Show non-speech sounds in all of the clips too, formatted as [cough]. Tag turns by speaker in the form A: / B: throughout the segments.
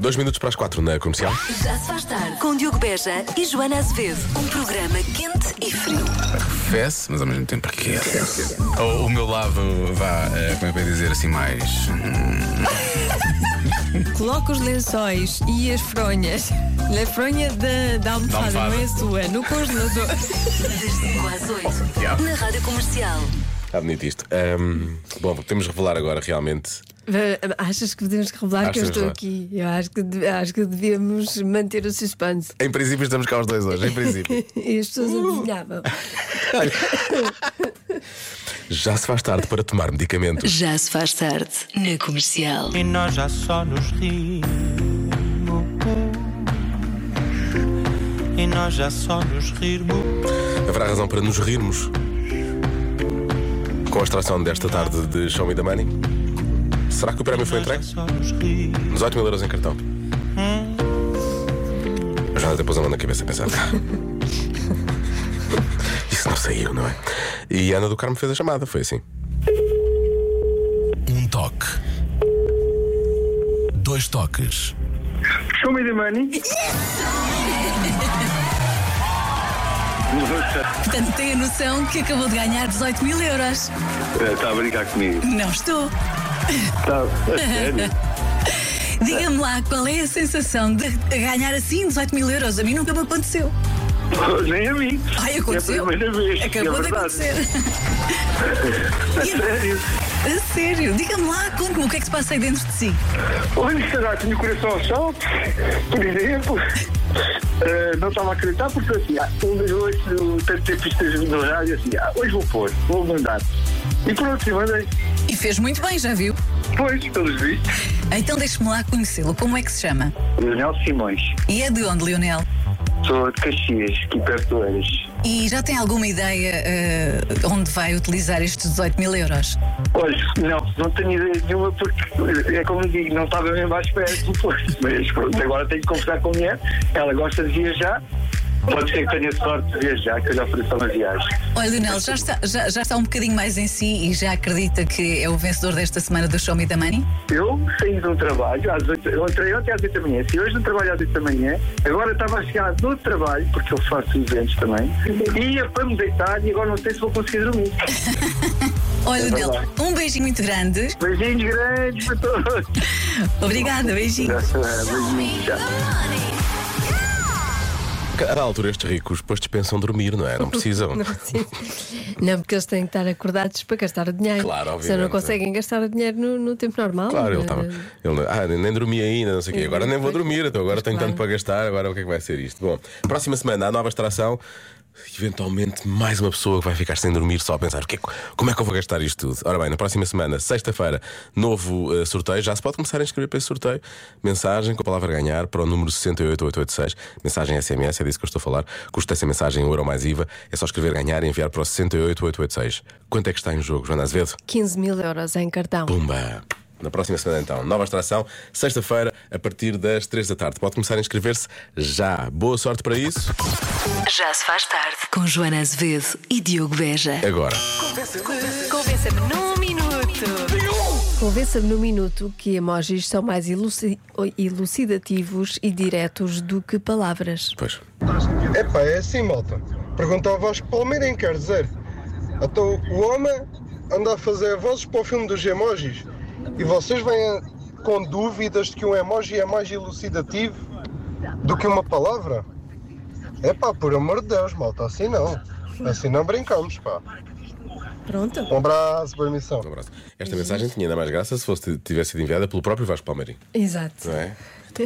A: Dois minutos para as quatro na comercial.
B: Já se faz tarde com Diogo Beja e Joana Azevedo. Um programa quente e frio.
C: Fesse, mas ao mesmo tempo
A: é.
C: aquece. O, o meu lado, vá, eh, como é que eu ia dizer assim, mais.
D: Coloca os lençóis e as fronhas. Na fronha da, da almofada,
C: Da almofada.
D: não é sua, no congelador.
B: Das 5 às 8.
C: Yeah.
B: Na rádio comercial.
A: Está bonito isto. Ahm, bom, temos de revelar agora realmente.
D: [laughs] Achas que podemos revelar
A: Acho
D: que eu
A: que
D: estou
A: podemos
D: aqui? Eu acho que, de- acho que devíamos manter o suspense. [laughs]
A: Em princípio estamos cá os dois hoje, em princípio.
D: E as pessoas adivinhavam.
A: [laughs] Já se faz tarde para tomar medicamentos.
B: Já se faz tarde na comercial.
E: E nós já só nos rimos E nós já só nos rimos
A: Haverá razão para nos rirmos com a extração desta tarde de Show Me the Money? Será que o prémio foi
E: Nós já
A: entregue?
E: só nos rimos
A: 18 mil euros em cartão. A Joana depois a mão na cabeça a pensar. "Ah, Isso não saiu, não é? E a Ana do Carmo fez a chamada, foi assim.
F: Um toque. Dois toques.
G: Show me the money.
B: Portanto, tem a noção que acabou de ganhar 18 mil euros.
G: Está É, tá a brincar comigo.
B: Não estou.
G: Está a sério.
B: [laughs] Diga-me lá qual é a sensação de ganhar assim 18 mil euros. A mim nunca me aconteceu.
G: Nem a mim.
B: Ai,
G: É
B: aconteceu.
G: a primeira vez.
B: Acabou
G: é
B: de
G: verdade.
B: acontecer.
G: [laughs] A sério.
B: A sério. Diga-me lá, conte-me o que é que se passa aí dentro de si.
G: Olha, sei lá, tinha o coração ao salto, por exemplo. Eh, não estava a acreditar porque assim, ah, um dos oito, tanto tempo esteja no rádio, assim, ah, hoje vou pôr, vou mandar. E pronto, e mandei.
B: E fez muito bem, já viu?
G: Pois, pelos vistos,
B: Então deixe-me lá conhecê-lo. Como é que se chama?
G: Leonel Simões.
B: E é de onde, Leonel?
G: Sou de Caxias, aqui perto de Oeiras.
B: E já tem alguma ideia eh, onde vai utilizar estes 18 mil euros?
G: Olha, não, não tenho ideia nenhuma porque é como digo, não estava mesmo à espera do posto. Mas pronto, agora tenho que conversar com a mulher. Ela gosta de viajar. Pode ser que tenha sorte de viajar, que eu lhe ofereço uma viagem.
B: Olha, Leonel, já está, já, já está um bocadinho mais em si e já acredita que é o vencedor desta semana do Show Me the Money?
G: Eu saí de um trabalho, às 8, eu entrei ontem às 8 da manhã, saí hoje do trabalho às 8 da manhã, agora estava a chegar do trabalho, porque eu faço eventos também, e ia para me deitar e agora não sei se vou conseguir dormir.
B: Olha, Leonel,
G: verdade.
B: um beijinho muito grande.
G: Beijinhos grandes para todos. [laughs]
B: Obrigada, beijinho.
G: Beijinhos, tchau.
A: A cada altura estes ricos depois dispensam dormir, não é? Não precisam.
D: Não, sim. Não, porque eles têm que estar acordados para gastar o dinheiro.
A: Claro,
D: Se não
A: obviamente.
D: conseguem gastar o dinheiro no, no tempo normal.
A: Claro, ele
D: eh,
A: estava. Ele, ah, nem dormi ainda, não sei o quê. Agora nem vou dormir, então agora
D: Mas
A: tenho
D: claro.
A: tanto para gastar, agora o que é que vai ser isto? Bom, próxima semana, a nova extração. Eventualmente, mais uma pessoa que vai ficar sem dormir só a pensar "O que é que- como é que eu vou gastar isto tudo. Ora bem, na próxima semana, sexta-feira, novo eh, sorteio. Já se pode começar a inscrever para esse sorteio. Mensagem com a palavra ganhar para o número 68886. Mensagem SMS, é disso que eu estou a falar. Custa essa mensagem um euro mais IVA. É só escrever ganhar e enviar para o 68886. Quanto é que está em jogo, Joana Azevedo?
D: 15 mil euros em cartão.
A: Pumba! Na próxima semana, então, nova extração, sexta-feira, a partir das 3 da tarde. Pode começar a inscrever-se já. Boa sorte para isso.
B: Já se faz tarde com Joana Azevedo e Diogo Beja.
A: Agora.
B: Convença-me num minuto.
D: Convença-me no minuto que emojis são mais eluci- elucidativos e diretos do que palavras.
A: Pois.
H: Epá, é assim, malta. Pergunta ao Vasco Palmeira em quer dizer. Então o homem anda a fazer vozes para o filme dos emojis e vocês vêm com dúvidas de que um emoji é mais elucidativo do que uma palavra? Epá, por amor de Deus, malta, assim não. Assim não brincamos, pá.
D: Pronto.
H: Um abraço, boa emissão.
A: Um abraço. Esta mensagem tinha ainda mais graça se fosse, tivesse sido enviada pelo próprio Vasco Palmeirim,
D: Exato.
A: não é?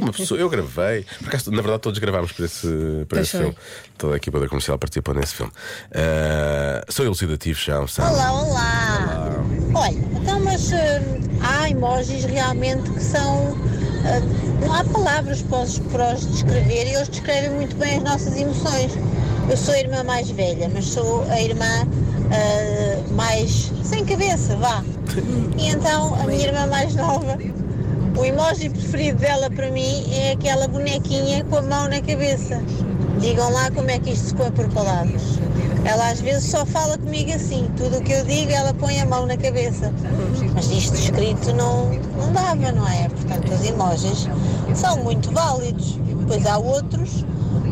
A: Uma pessoa, eu gravei. Por acaso, na verdade, todos gravámos para esse, para
D: Pois
A: esse
D: foi.
A: filme. Toda a equipa da comercial participou nesse filme. Ah, sou elucidativo, já, sabe?
I: Olá, olá! Olha, então, mas eh, há emojis realmente que são. eh, não há palavras para os, para os descrever e eles descrevem muito bem as nossas emoções. Eu sou a irmã mais velha, mas sou a irmã eh, mais. sem cabeça, vá! E então, a minha irmã mais nova, o emoji preferido dela para mim é aquela bonequinha com a mão na cabeça. Digam lá como é que isto se põe por palavras.
H: Ela às vezes só fala comigo assim, tudo o que eu digo ela põe a mão na cabeça. Mas isto escrito não, não dava, não é? Portanto, os emojis são muito válidos. Pois há outros,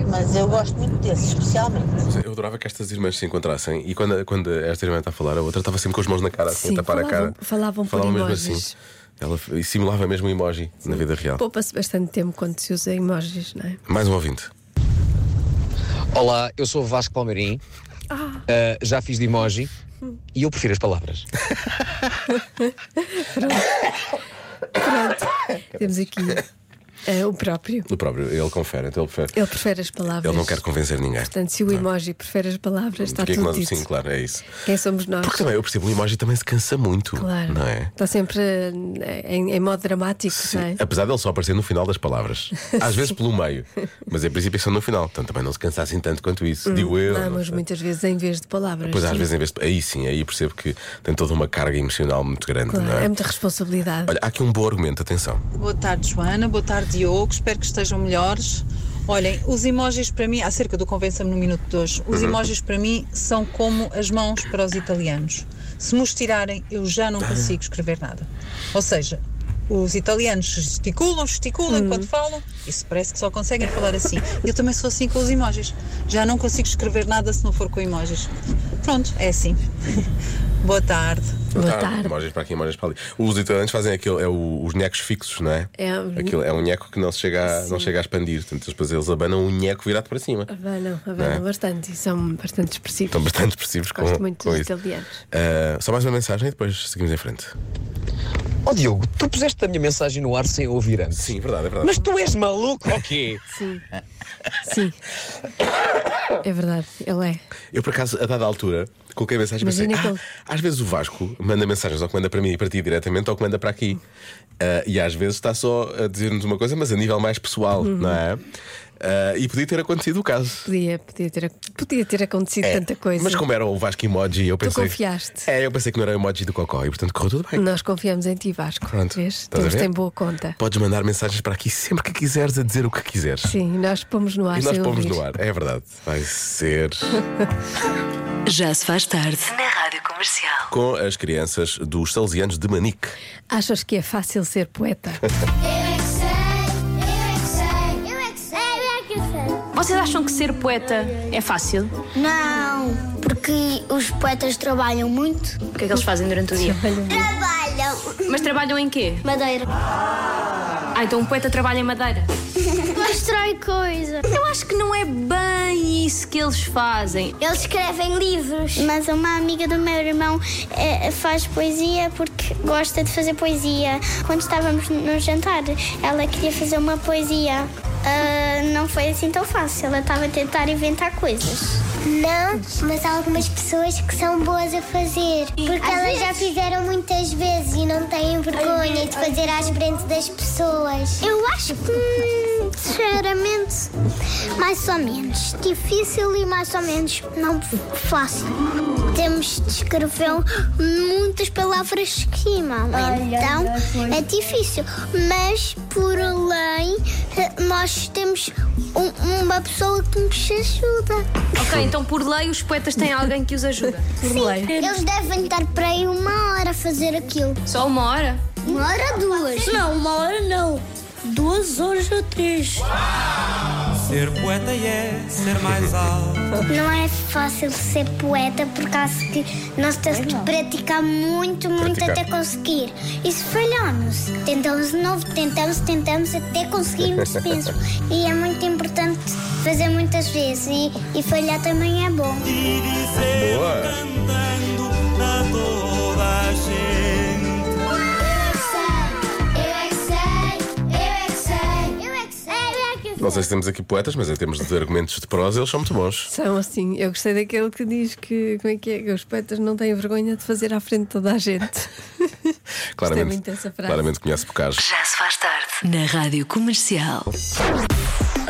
H: mas eu gosto muito desses, especialmente.
A: Eu adorava que estas irmãs se encontrassem e quando, quando esta irmã está a falar, a outra estava sempre com as mãos na cara, assim,
D: Sim,
A: a tapar a
D: falavam-
A: cara.
D: falavam por
A: mesmo
D: emojis.
A: assim. Ela f- simulava mesmo um emoji na vida real.
D: Poupa-se bastante tempo quando se usa emojis, não é?
A: Mais um ouvinte.
F: Olá, eu sou o Vasco Palmeirim, Ah, já fiz de emoji e eu prefiro as palavras.
D: Pronto, temos aqui eh, o próprio.
A: O próprio, ele confere, então ele prefere.
D: Ele prefere as palavras.
A: Ele não quer convencer ninguém.
D: Portanto, se o emoji prefere as palavras, está
A: Porque é que
D: tudo
A: nós,
D: dito.
A: sim, claro, é isso.
D: Quem somos nós?
A: Porque também eu percebo, o emoji também se cansa muito.
D: [laughs] Claro.
A: Não é?
D: Está sempre eh, em, em modo dramático,
A: Sim,
D: não é?
A: apesar dele só aparecer no final das
D: [laughs]
A: palavras, às vezes pelo meio, mas em princípio são no final, portanto também não se cansa assim tanto quanto isso, digo eu.
D: Hum, Não,
A: não
D: mas assim.
A: sei.
D: muitas vezes em vez de palavras.
A: Pois às
D: sim.
A: vezes em vez de- aí sim, aí percebo que tem toda uma carga emocional muito grande,
D: Claro,
A: não é?
D: é muita responsabilidade.
A: Olha, há aqui um bom argumento, atenção.
J: Boa tarde, Joana. Boa tarde, Diogo. Espero que estejam melhores. Olhem, os emojis para mim, acerca do Convença-me no Minuto 2, os
F: Uhum.
J: emojis para mim são como as mãos para os italianos. Se me os tirarem, eu já
F: Ah.
J: não consigo escrever nada. Ou seja, os italianos gesticulam, gesticulam enquanto falam, isso parece que só conseguem falar assim. Eu também sou assim com os emojis. Já não consigo escrever nada se não for com emojis. Pronto, é assim. [laughs] Boa tarde.
D: Boa
A: Ah,
D: tarde.
A: Emojis para aqui, emojis para ali. Os italianos fazem aquilo, é o- os nhecos fixos, não é?
D: É.
A: Aquilo é um nheco que não se chega a, não chega a expandir, portanto depois eles abanam um nheco virado para cima.
D: Abanam,
A: Não é?
D: abanam bastante e são bastante expressivos.
A: Estão bastante expressivos com,
D: Gosto muito
A: com
D: dos
A: isso.
D: italianos.
A: Ah, só mais uma mensagem e depois seguimos em frente.
F: Ó Diogo, tu puseste a minha mensagem no ar sem eu ouvir antes.
A: Sim, verdade, é verdade.
F: Mas tu és maluco, ok?
D: Sim. Sim. É verdade, ele é.
A: Eu, por acaso, a dada altura, coloquei a mensagem e pensei:
D: Imagina
A: "Ah,
D: aquele-
A: às vezes o Vasco manda mensagens ou que manda para mim e para ti diretamente ou que manda para aqui. Ah, e às vezes está só a dizer-nos uma coisa, mas a nível mais pessoal,
D: Uhum.
A: não é? Ah, e podia ter acontecido o caso.
D: Podia, podia, ter, podia ter acontecido tanta coisa.
A: É. Mas como era o Vasco emoji, eu pensei.
D: confiaste.
A: É, eu pensei que não era o emoji do Cocó e portanto correu tudo bem.
D: Nós confiamos em ti, Vasco.
A: Pronto,
D: Vês?
A: estás a
D: Temos
A: ver?
D: em boa conta.
A: Podes mandar mensagens para aqui sempre que quiseres a dizer o que quiseres.
D: Sim, nós pomos no ar
A: E nós
D: sem
A: pomos
D: ouvir.
A: no ar, é verdade. Vai
D: [laughs]
A: ser
B: Já se faz tarde na Rádio Comercial.
A: com as crianças dos salesianos de Manique.
D: Achas que é fácil ser
A: [laughs]
D: poeta?
K: Vocês acham que ser poeta é fácil?
H: Não, porque os poetas trabalham muito.
K: O que é que eles fazem durante o dia?
H: Trabalham.
K: [laughs] Mas trabalham em quê?
H: Madeira.
K: Ah, então um poeta trabalha em madeira.
H: Constrói coisa.
K: Eu acho que não é bem isso que eles fazem.
H: Eles escrevem livros. Mas uma amiga do meu irmão eh, faz poesia porque gosta de fazer poesia. Quando estávamos no jantar, ela queria fazer uma poesia. Ah, não foi assim tão fácil, ela estava a tentar inventar coisas. Não, mas há algumas pessoas que são boas a fazer. Porque elas já fizeram muitas vezes e não têm vergonha de fazer às frente das pessoas. Eu acho que, hum, sinceramente, mais ou menos. Difícil e mais ou menos não fácil. Temos de escrever muitas palavras que rimam. Então é difícil. Mas por além, eh, nós temos um- uma pessoa que nos ajuda.
K: Ok, então por lei os poetas têm alguém que os ajuda.
H: Eles devem estar por aí uma hora a fazer aquilo.
K: Só uma hora?
H: Uma hora, duas. Não, uma hora não. Duas horas ou três.
E: Ser poeta e é ser mais alto.
H: [laughs] Não é fácil ser poeta por causa que nós temos de praticar muito, muito
A: Praticar.
H: até conseguir. E se falhamos, tentamos de novo, tentamos, tentamos até conseguirmos mesmo. E é muito importante fazer muitas vezes e, e falhar também é bom.
E: E dizer
A: Boa!
E: cantando a toda a gente.
H: é é
A: Não sei se temos aqui poetas, mas em termos de argumentos de prosa, eles são muito bons.
D: São assim, eu gostei daquele que diz que como é que é que os poetas não têm vergonha de fazer à frente de toda
A: [laughs]
D: a gente.
A: Claramente,
D: é muito dessa frase.
A: claramente conhece bocage.
B: Já se faz tarde na Rádio Comercial.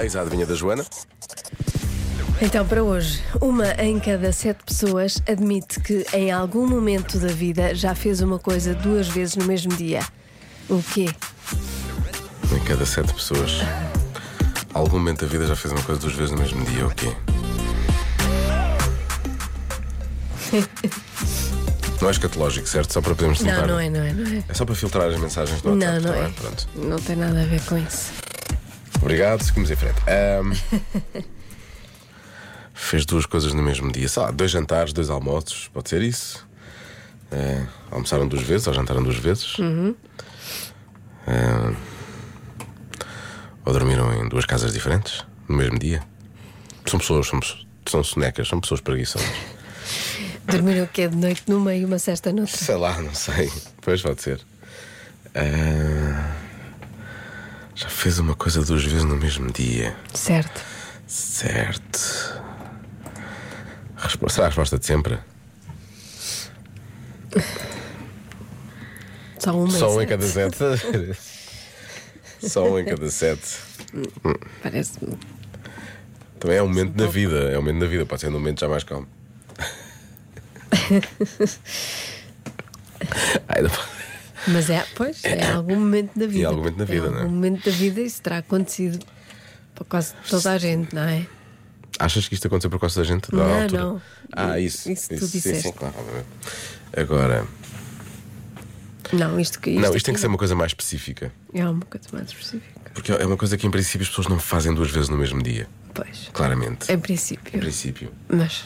A: Eis a adivinha da Joana.
D: Então, para hoje, uma em cada sete pessoas admite que em algum momento da vida já fez uma coisa duas vezes no mesmo dia. O quê?
A: Em cada sete pessoas,
D: [laughs]
A: algum momento da vida já fez uma coisa duas vezes no mesmo dia, o quê? Não é escatológico, certo? Só para podermos
D: Não,
A: filtrar.
D: não é, não é, não é.
A: É só para filtrar as mensagens do
D: Não,
A: WhatsApp,
D: não
A: tá
D: é.
A: bem? Pronto.
D: Não tem nada a ver com isso.
A: Obrigado, seguimos em frente. Ahm, [laughs] fez duas coisas no mesmo dia. Sei lá, dois jantares, dois almoços, pode ser isso? Ah, almoçaram duas vezes ou jantaram duas vezes?
D: Uhum.
A: Ah, ou dormiram em duas casas diferentes no mesmo dia? São pessoas, são, pessoas- são sonecas, são pessoas preguiçosas.
D: Dormir o quê? De noite numa e uma sexta
A: [laughs]
D: noutra.
A: Sei lá, não sei. Pois pode ser. Ah, já fez uma coisa duas vezes no mesmo dia.
D: Certo.
A: Certo. Respo- Será a resposta de sempre?
D: Só uma.
A: Só um em
D: certo?
A: cada sete.
D: [laughs]
A: Só um em cada sete.
D: Parece-me.
A: Também é um momento da vida. É um momento da vida. Pode ser num momento já mais
D: [laughs]
A: calmo. Ai, não...
D: Mas é, pois, é algum momento da vida.
A: algum momento da
D: É
A: vida, não é?
D: algum momento da vida isso terá acontecido para quase toda a gente, não é?
A: Achas que isto aconteceu por causa da gente? Da
D: Não,
A: altura?
D: não.
A: Ah, isso.
D: Isso tu
A: sim,
D: disseste.
A: sim, claro. obviamente. Agora.
D: Não, isto que.
A: Não, isto tem que ser
D: aqui
A: uma coisa mais específica.
D: É uma coisa mais específica.
A: Porque é uma coisa que, em princípio, as pessoas não fazem duas vezes no mesmo dia.
D: Pois.
A: Claramente.
D: Em princípio.
A: Em princípio.
D: Mas.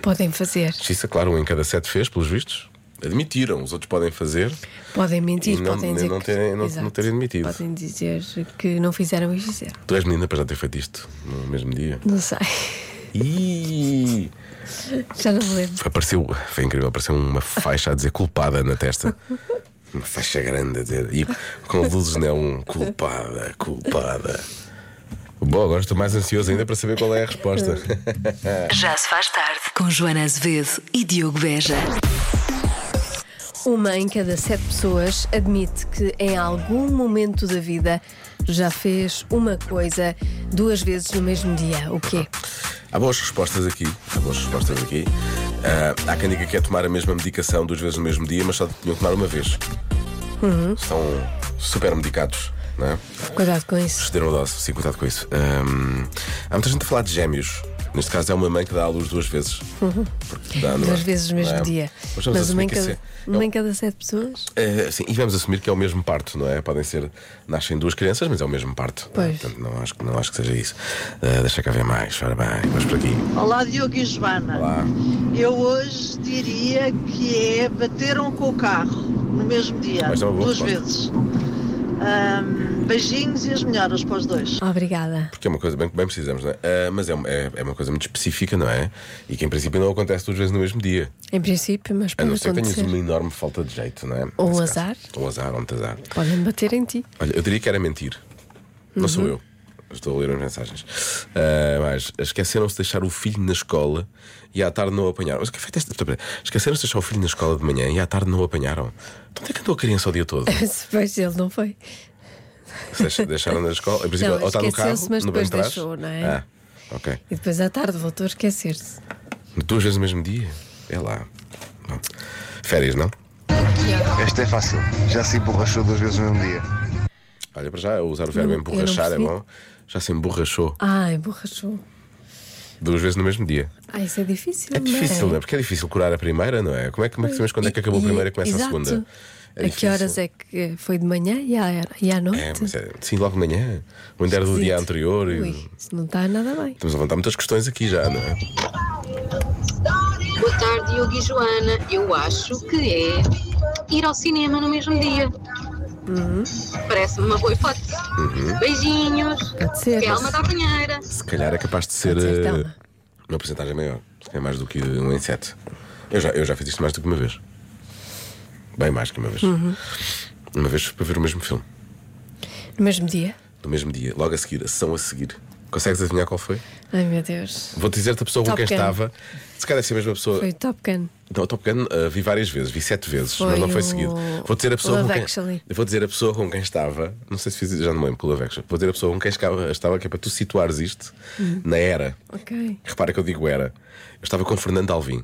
D: Podem fazer.
A: Xissa, claro, um em cada sete fez, pelos vistos. Admitiram, os outros podem fazer
D: Podem mentir,
A: e não,
D: podem
A: nem-
D: dizer.
A: não,
D: que-
A: terem, não,
D: Exato.
A: não terem admitido.
D: Podem dizer que não fizeram e fizeram.
A: Tu és menina para já ter feito isto no mesmo dia.
D: Não sei. [laughs]
A: Ih!
D: Já não me lembro.
A: Apareceu, foi incrível, apareceu uma faixa a dizer culpada na testa. Uma faixa grande a dizer. E com luzes neon, culpada, culpada. Bom, agora estou mais ansioso ainda para saber qual é a resposta.
L: Já se faz tarde com Joana Azevedo e Diogo Beja.
D: Uma em cada sete pessoas admite que em algum momento da vida já fez uma coisa duas vezes no mesmo dia. O quê?
A: Há boas respostas aqui. Há boas respostas aqui. Ah, há quem diga que é tomar a mesma medicação duas vezes no mesmo dia, mas só tinham que tomar uma vez.
D: Uhum.
A: Estão super medicados, não é?
D: Cuidado com isso.
A: Cederam a dose, sim, cuidado com isso. Ahm, há muita gente a falar de gêmeos. Neste caso é uma mãe que dá à luz duas vezes.
D: Uhum.
A: Dá, não
D: Duas
A: é?
D: vezes no mesmo
A: Não é?
D: dia.
A: Mas vamos
D: Mas uma
A: assumir
D: em,
A: que isso
D: cada,
A: é.
D: uma em cada sete pessoas?
A: é, sim, e vamos assumir que é o mesmo parto, não é? Podem ser, nascem duas crianças, mas é o mesmo parto. não é?
D: Pois.
A: Portanto, não acho, que- não acho que seja isso. Ah, deixa cá ver mais, ora bem, vamos por aqui.
I: Olá, Diogo e Joana.
A: Olá.
I: Eu hoje diria que é bateram com o carro no mesmo dia,
A: Mas é uma boa
I: duas
A: resposta.
I: vezes. Ahm, beijinhos e as melhoras para os dois.
D: Obrigada.
A: Porque é uma coisa bem que bem precisamos, não é? Ah, mas é, um- é- é uma coisa muito específica, não é? E que em princípio não acontece duas vezes no mesmo dia.
D: Em princípio, mas
A: A
D: pode
A: não ser que tenhas
D: acontecer.
A: uma enorme falta de jeito, não é?
D: Ou azar,
A: Ou azar, ou muito azar.
D: podem bater em ti. [laughs]
A: Olha, eu diria que era mentir. Não sou
D: Uhum.
A: eu. Estou a ler as mensagens. Ah, mas esqueceram-se de deixar o filho na escola e à tarde não o apanharam. Mas o que é feito esta? espera, Esqueceram-se de deixar o filho na escola de manhã e à tarde não o apanharam. Então onde é que andou a criança o dia todo?
D: Se pois ele não foi.
A: Se deixa- deixaram na escola, em princípio,
D: Não,
A: ou está no carro,
D: esqueceu-se, mas
A: no banco de
D: depois
A: trás.
D: deixou, não é?
A: Ah, ok.
D: E depois à tarde voltou a esquecer-se.
A: Duas vezes no mesmo dia? É lá. Não. Férias, não?
M: Esta é fácil. Já se emborrachou duas vezes no mesmo dia.
A: Olha, para já usar o verbo
D: Não, eu não
A: emborrachar é
D: percebi.
A: bom. Já se emborrachou
D: Ai, borrachou.
A: duas vezes no mesmo dia.
D: Ah, isso é difícil.
A: É
D: não
A: difícil, não é? Porque é difícil curar a primeira, não é? Como é que, como é que sabemos quando é que acabou a
D: E-
A: primeira e começa
D: exato.
A: a segunda? É
D: a que
A: difícil.
D: horas é que foi de manhã e à, e à noite?
A: É, mas é, sim, logo de manhã. Ou ainda era do dia anterior. e-
D: Ui, isso não está nada bem.
A: Estamos a levantar muitas questões aqui já, não é?
N: Boa tarde, Diogo e Joana. Eu acho que é ir ao cinema no mesmo dia. Parece-me uma boa hipótese.
A: Uhum.
N: Beijinhos.
D: Pode
I: É,
D: ser.
N: Thelma da Banheira.
A: Se calhar é capaz de ser,
N: ser
A: eh,
D: então.
N: Telma.
A: uma porcentagem maior. Se calhar mais do que um em sete. Eu já, eu já fiz isto mais do que uma vez. Bem mais que uma vez.
D: Uhum.
A: Uma vez foi para ver o mesmo filme,
D: No mesmo dia?
A: no mesmo dia, logo a seguir, a sessão a seguir. Consegues adivinhar qual foi?
D: Ai meu Deus.
A: Vou dizer-te a pessoa com
D: Top
A: quem
D: Gun.
A: estava. Se calhar deve ser a mesma pessoa.
D: Foi o Top Gun.
A: Não, o Top Gun uh, vi várias vezes, vi sete vezes,
D: Foi
A: mas não foi
D: o
A: seguido. Vou dizer a pessoa
D: Love
A: com quem,
D: Actually.
A: Vou dizer a pessoa com quem estava, não sei se fiz já não me lembro com o Love Action. Vou dizer a pessoa com quem escava- estava, que é para tu situares isto
D: Hum.
A: na era.
D: Ok.
A: Repara que eu digo era. Eu estava com Fernando Alvim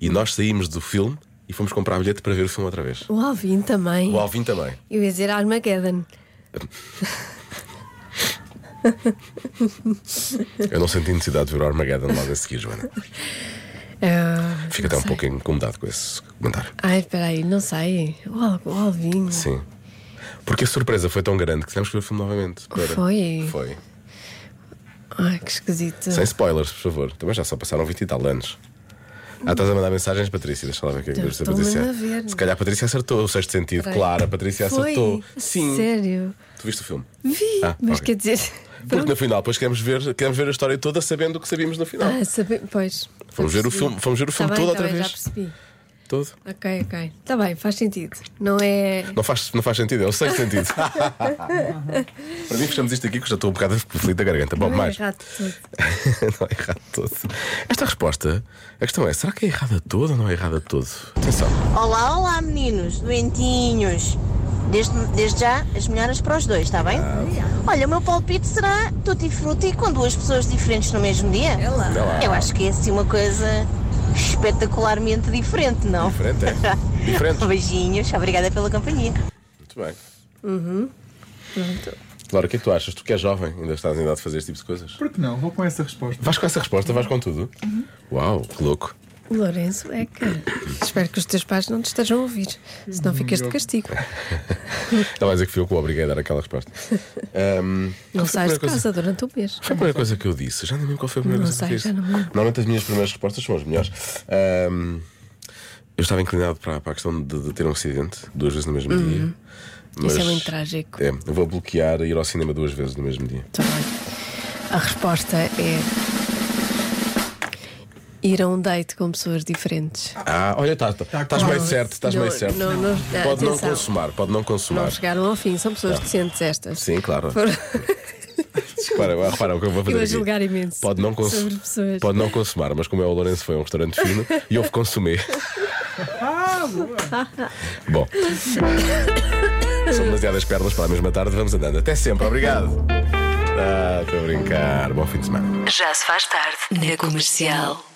A: e nós saímos do filme e fomos comprar bilhete para ver o filme outra vez.
D: O Alvin também.
A: O Alvin também.
D: Eu ia dizer Armageddon. [laughs]
A: Eu não senti necessidade de ver o Armageddon logo a seguir, Joana.
D: Ah,
A: Fico até um pouco incomodado com esse comentário.
D: Ai, peraí, não sei. O, al- o Alvinho.
A: Sim. Porque a surpresa foi tão grande que tivemos que ver o filme novamente. Para-
D: Foi?
A: Foi.
D: Ai, que esquisito.
A: Sem spoilers, por favor. Também já só passaram 20 e tal anos. Ah, estás a mandar mensagens, Patrícia. Deixa lá ver o que é que
D: Eu
A: diz a
D: estou-me
A: Patrícia.
D: a ver.
A: Se calhar a Patrícia acertou o sexto sentido.
D: Peraí.
A: Claro, a Patrícia
D: Foi?
A: acertou. Sim.
D: Sério?
A: Tu viste o filme?
D: Vi,
A: Ah,
D: mas
A: ok.
D: quer dizer.
A: Porque no final, depois queremos ver, queremos ver a história toda sabendo o que sabíamos no final.
D: Ah, sabe... pois. já
A: Vamos ver o
D: percebi.
A: filme- vamos ver o
D: Tá
A: filme
D: bem,
A: todo
D: tá
A: outra
D: bem,
A: vez.
D: Já percebi.
A: Todo.
D: Ok, ok. Está bem, faz sentido. Não é.
A: Não faz, não faz sentido, é o sexto
D: [laughs]
A: sentido. Para mim, fechamos isto aqui que já estou um bocado aflito da garganta. Bom,
D: não
A: mais.
D: É errado tudo.
A: [laughs] não é errado todo. Esta resposta, a questão é: será que é errada toda ou não é errada todo? Atenção.
H: Olá, olá meninos, doentinhos. Desde, desde já, as melhoras para os dois, está bem? Olha, o meu palpite será tutti frutti com duas pessoas diferentes no mesmo dia.
A: Vê lá.
H: Eu acho que é assim uma coisa espetacularmente diferente, não?
A: Diferente,
D: [laughs]
A: é. Diferente.
H: Beijinhos, obrigada pela companhia.
A: Muito bem.
H: Uhum.
A: Laura, o que é que tu achas? Tu que és jovem, ainda estás em idade de fazer este tipo de coisas?
C: Por que não? Vou com essa resposta. Uhum.
A: Vais com essa resposta, vais com tudo. Uau, que louco.
D: Lourenço é que. [coughs] Espero que os teus pais não te estejam a ouvir, senão
A: Hum,
D: ficas de castigo.
A: [laughs] Está mais é que fui eu que o obriguei a dar aquela resposta. Ahm,
D: Não
A: qual foi a
D: sais
A: primeira
D: de
A: coisa-
D: casa durante o mês.
A: Foi a primeira coisa que eu disse. Já nem lembro qual foi a primeira
D: Não
A: coisa que
D: sei,
A: eu disse.
D: já não me lembro.
A: Normalmente as minhas primeiras respostas são as melhores. Ahm, eu estava inclinado para, para a questão de, de ter um acidente duas vezes no mesmo
D: Uhum.
A: dia. Mas
D: Isso é muito trágico.
A: é, eu vou bloquear ir ao cinema duas vezes no mesmo dia.
D: A resposta é. Ir a um date com pessoas diferentes.
A: Ah, olha, tá- tá- estás meio
D: Não,
A: certo, estás
D: não,
A: meio certo.
D: não, não,
A: pode não
D: atenção.
A: consumar, pode não consumar.
D: Não chegaram ao fim, são pessoas
A: Não.
D: decentes estas.
A: Sim, claro.
D: Por-
A: Repara, repara o que eu vou fazer.
D: Eu a
A: aqui.
D: julgar imenso
A: Pode não, cons-
D: sobre pessoas.
A: pode não consumar, mas como é o Lourenço foi a um restaurante fino e houve consumê.
D: Ah, boa!
A: Bom, são demasiadas pernas para a mesma tarde, vamos andando. Até sempre, obrigado. Ah, Estou a brincar, bom fim de semana.
L: Já se faz tarde na comercial.